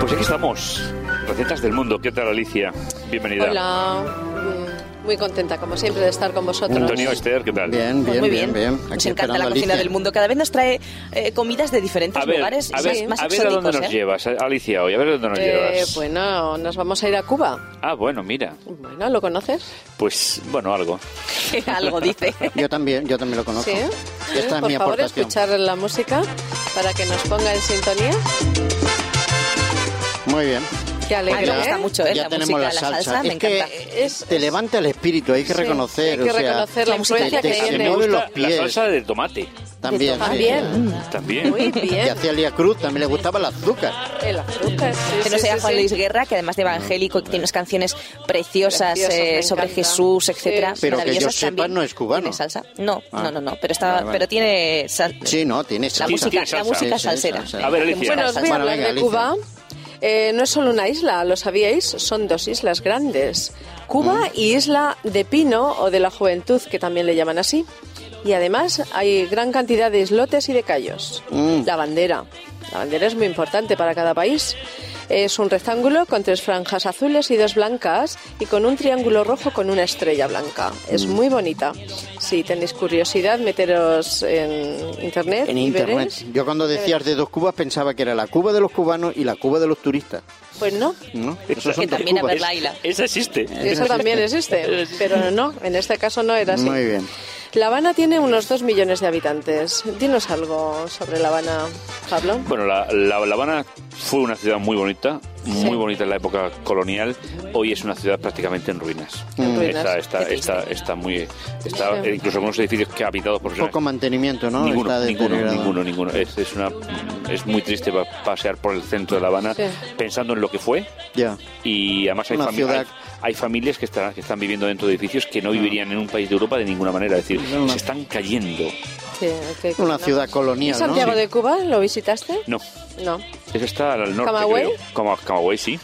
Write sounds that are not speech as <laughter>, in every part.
Presentamos Pues Recetas del Mundo. ¿Qué tal, Alicia? Bienvenida. Hola, mm, muy contenta como siempre de estar con vosotros. Antonio Esther, ¿qué tal? Bien, Pues bien, muy bien, bien. bien. Nos Aquí encanta la esperando a cocina Alicia. del mundo. Cada vez nos trae eh, comidas de diferentes A ver, lugares a más- ver, más a ver a exóticos. dónde nos ¿eh? pues- llevas, Alicia, hoy. A ver a dónde nos Eh, llevas. bueno, nos vamos a ir a Cuba. Ah, bueno, mira. Bueno, ¿lo conoces? Pues, bueno, algo. ¿eh? <laughs> <laughs> Algo dice. Yo también, yo también lo conozco. Sí. Y Esta es Por mi favor, aportación. escuchar la música para que nos ponga en sintonía. Muy bien. Qué A mí alegre. me gusta ¿eh? mucho, ¿eh? ya la tenemos música, la salsa. me es que encanta. Es- te levanta el espíritu, hay Sí, que reconocer. Hay que o sea, reconocer la la música influencia que te- te tiene. ¿eh? mueve los La- pies. La salsa de tomate. También, sí. También. También. Muy Y bien. hacía Lía Cruz, también le gustaba el azúcar. El azúcar, sí, Que sí, no sea sí, Juan sí. Luis Guerra, que además de evangélico, que tiene unas canciones preciosas Preciosas, eh, me sobre encanta. Jesús, Sí. etcétera. Pero que yo maravillosas sepa, también. no es cubano. ¿Tiene salsa? No, Ah. no, no, no, Pero, está, Vale, vale. pero tiene sal- Sí, no, tiene la salsa. música, Tiene la salsa. música Sí, sí, salsera. salsa. A ver, La Alicia. música Bueno, os voy a Bueno, hablar venga, de Alicia. Cuba. Eh, no es solo una isla, lo sabíais, son dos islas grandes. Cuba y Isla de Pino o de la Juventud, que también le llaman así. Y además hay gran cantidad de islotes y de callos. Mm. La bandera. La bandera es muy importante para cada país. Es un rectángulo con tres franjas azules y dos blancas y con un triángulo rojo con una estrella blanca. Es Mm. muy bonita. Si tenéis curiosidad, meteros en internet. En y internet. veréis. Yo cuando decías de dos Cubas pensaba que era la Cuba de los cubanos y la Cuba de los turistas. Pues no, ¿no? Esos Que son dos también a Cubas. ver Laila. Esa existe. Eso también existe, pero no, en este caso no ¿Ah, era así. Muy bien. La Habana tiene unos 2 millones de habitantes. Dinos algo sobre La Habana, Pablo. Bueno, la, la- La Habana fue una ciudad muy bonita, muy bonita en la época colonial. Hoy es una ciudad prácticamente en ruinas. En ruinas. Está, está, Qué está, está muy. Está, Sí. Incluso algunos edificios que habitados por Poco mantenimiento, ¿no? ninguno, Está ninguno, deteriorado. ninguno, ninguno. Es, es una, es muy triste pa- pasear por el centro de La Habana Sí. pensando en lo que fue. Ya. Y además hay, Una fami- ciudad- Ah. hay, hay familias que están, que están viviendo dentro de edificios que no vivirían en un país de Europa de ninguna manera. Es decir, No, no. se están cayendo. Sí, que- no. Una ciudad ¿Y colonial, ¿no? Santiago Sí. de Cuba lo visitaste? No, No. eso está al norte. ¿Camagüey? creo. Cama- Camagüey, sí.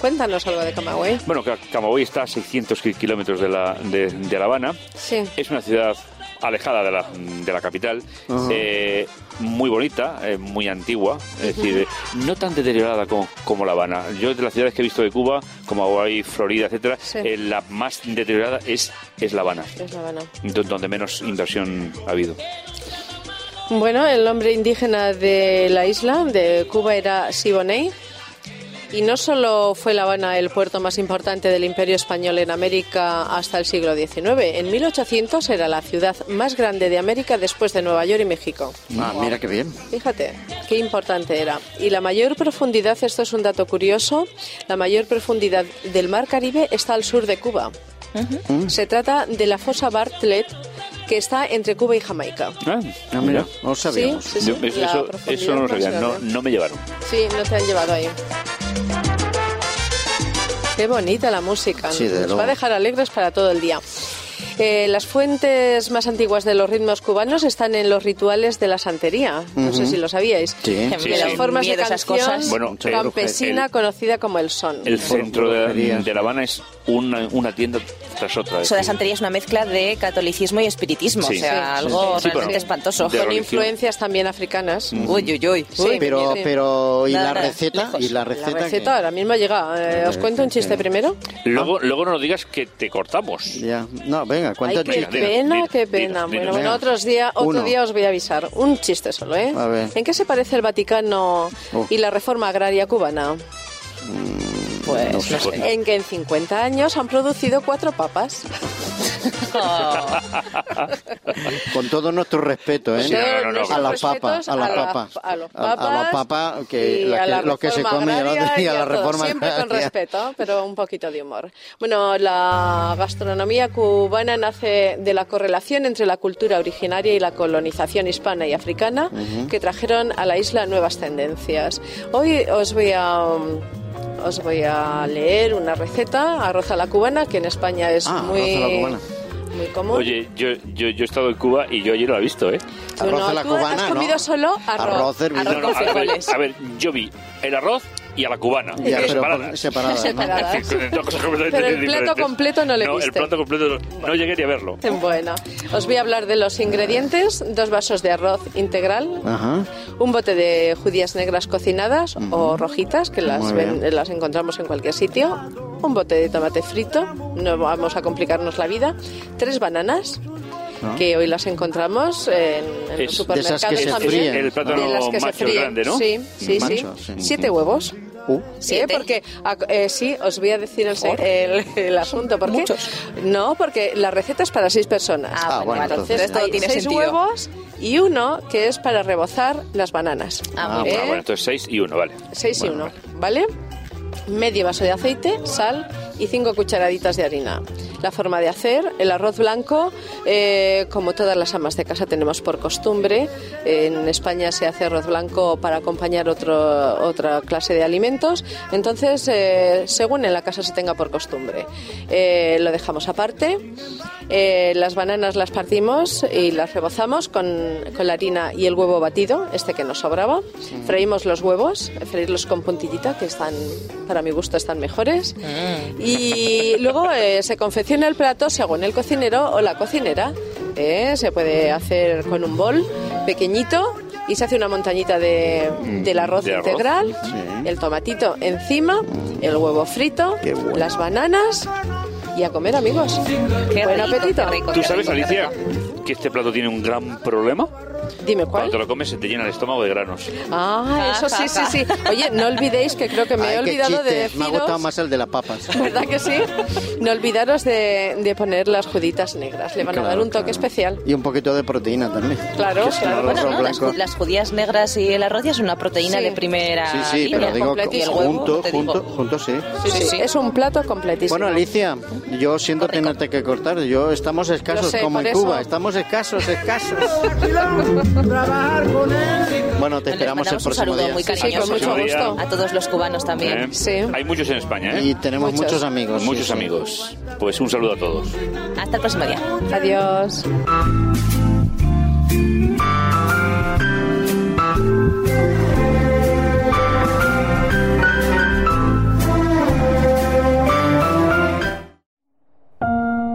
Cuéntanos algo de Camagüey. Bueno, Ca- Camagüey está a 600 ki- kilómetros de La, de, de La Habana. Sí. Es una ciudad alejada de la, de la capital, Ajá. eh, muy bonita, eh, muy antigua, es decir, eh, no tan deteriorada como, como La Habana. Yo de las ciudades que he visto de Cuba, como Hawaii, Florida, etcétera, Sí. eh, la más deteriorada es, es La Habana, Es La Habana. do- donde menos inversión ha habido. Bueno, el nombre indígena de la isla, de Cuba, era Siboney. Y no solo fue La Habana el puerto más importante del imperio español en América hasta el siglo XIX. En 1800 era la ciudad más grande de América después de Nueva York y México. Ah, mira qué bien. Fíjate, qué importante era. Y la mayor profundidad, esto es un dato curioso, la mayor profundidad del mar Caribe está al sur de Cuba. Se trata de la fosa Bartlett que está entre Cuba y Jamaica. Ah, Ah, mira, no lo sabíamos. Sí, sí, Yo- eso, la eso- profundidad ¿eh? eso no lo más sabía, no, grande. no me llevaron. Sí, no te han llevado ahí. Qué bonita la música. Sí, desde Nos luego. va a dejar alegres para todo el día. Eh, las fuentes más antiguas de los ritmos cubanos están en los rituales de la santería. No sé si lo sabíais. Sí. Que me de Sí, las sí. formas de Miedo canción esas cosas. Bueno, eh, campesina el- conocida como el son. El centro de, brujerías. de La Habana es una, una tienda tras otra. Eso de la es decir, santería es una mezcla de catolicismo y espiritismo, Sí. o sea, Sí, algo sí, sí. realmente Sí, pero- espantoso. de Con religión. influencias también africanas. Mm. Uy, uy, uy. Sí. Pero, sí. pero, ¿y Nada, la nada, receta? lejos. ¿Y la La receta? receta que- ahora mismo llega. Eh, ¿Os cuento un chiste que- primero? Luego, luego no nos digas que te cortamos. Ya. No, venga, Ay, cuéntate. qué dinos, pena, dinos, qué dinos, pena. dinos. bueno, Venga. bueno, otros día, otro Uno. día os voy a avisar. Un chiste solo, ¿eh? A ver. ¿En qué se parece el Vaticano Oh. y la reforma agraria cubana? Pues, No no sé. sé. En que en 50 años han producido cuatro papas. Oh. Con todo nuestro respeto, ¿eh? Sí, no, no, no. A la Nuestros papa, respetos a la las- papa. A, los A- papas. a la papa, que y la a que- lo que se reforma come el otro <laughs> agraria día, y a la todo. reforma Siempre con agraria. respeto, pero un poquito de humor. Bueno, la gastronomía cubana nace de la correlación entre la cultura originaria y la colonización hispana y africana que trajeron a la isla nuevas tendencias. Hoy os voy a... um, Os voy a leer una receta, arroz a la cubana, que en España es Ah, muy, arroz a la cubana. muy común. Oye, yo, yo, yo he estado en Cuba y yo ayer lo he visto, ¿eh? Tú Arroz no, a la tú cubana, has ¿no? comido solo arroz. Arroz hervido. Arroz con a, ver, frijoles. a ver, yo vi el arroz y a la cubana. Ya, pero pero <laughs> por- separadas. separadas, ¿no? Separadas. Es decir, dos cosas completamente Pero el plato diferentes. completo no le No, el viste. plato completo no, no llegué ni a verlo. <laughs> Bueno, os voy a hablar de los ingredientes: dos vasos de arroz integral, Ajá. un bote de judías negras cocinadas o rojitas, que las, Muy ven- bien. las encontramos en cualquier sitio, un bote de tomate frito, no vamos a complicarnos la vida, tres bananas. Ah. que hoy las encontramos en, en Es- los de esas supermercados que se también. fríen, El plátano de las que se macho fríen. grande, ¿no? Sí, sí, Macho, sí. sí. Siete huevos. Uh, Sí, Siete. porque ah, eh, sí, os voy a decir el, se- el, el asunto. ¿Por qué? Muchos. No, porque la receta es para seis personas. Ah, Ah, bueno, bueno, entonces entonces todo hay tiene seis sentido. huevos y uno que es para rebozar las bananas. Ah, Ah, muy bien. Bueno, bueno, entonces seis y uno, vale. 6 ¿eh? y 1, ¿vale? Medio vaso de aceite, sal y 5 cucharaditas de harina. La forma de hacer, el arroz blanco, eh, como todas las amas de casa tenemos por costumbre, en España se hace arroz blanco para acompañar otro, otra clase de alimentos, entonces eh, según en la casa se tenga por costumbre. Eh, lo dejamos aparte, Eh, las bananas las partimos y las rebozamos con, con la harina y el huevo batido, este que nos sobraba. Freímos los huevos, eh, freírlos con puntillita, que están, para mi gusto, están mejores. Y luego eh, se confecciona el plato según el cocinero o la cocinera. Eh, se puede hacer con un bol pequeñito y se hace una montañita de, del arroz de arroz. integral, Mm, Sí. el tomatito encima, el huevo frito, Qué bueno. las bananas y a comer, amigos. Qué Buen rico, apetito. qué rico, ¿Tú qué sabes, rico, qué Alicia, rico. que este plato tiene un gran problema? Dime Cuando cuál. te lo comes se te llena el estómago de granos. Ah, eso sí, sí, sí. Oye, no olvidéis que creo que me ay, he qué olvidado de chiste. Me ha gustado deciros- más el de las papas. <laughs> ¿Verdad que sí? No olvidaros de, de poner las juditas negras. Le van a dar Claro, un toque claro. especial. Y un poquito de proteína también. Claro, Que es un claro. arroz Bueno, no, las, blanco. las judías negras y el arroz ya es una proteína Sí. de primera Sí, sí, línea. pero digo, completo y el huevo, junto, te digo. junto, junto, sí. Sí, sí, sí. Es un plato completísimo. Bueno, Alicia, yo siento Correcto. tenerte que cortar. Yo estamos escasos, Lo sé, como por en eso- Cuba. Estamos escasos, escasos. bueno, te esperamos Les el mandamos un próximo saludo día. muy Sí, con cariñoso mucho Próximo día. gusto. a todos los cubanos también. ¿eh? Sí. Hay muchos en España, Y ¿eh? tenemos Muchos. muchos, amigos. sí, Muchos sí. amigos. Pues un saludo a todos. Hasta el próximo día. Adiós.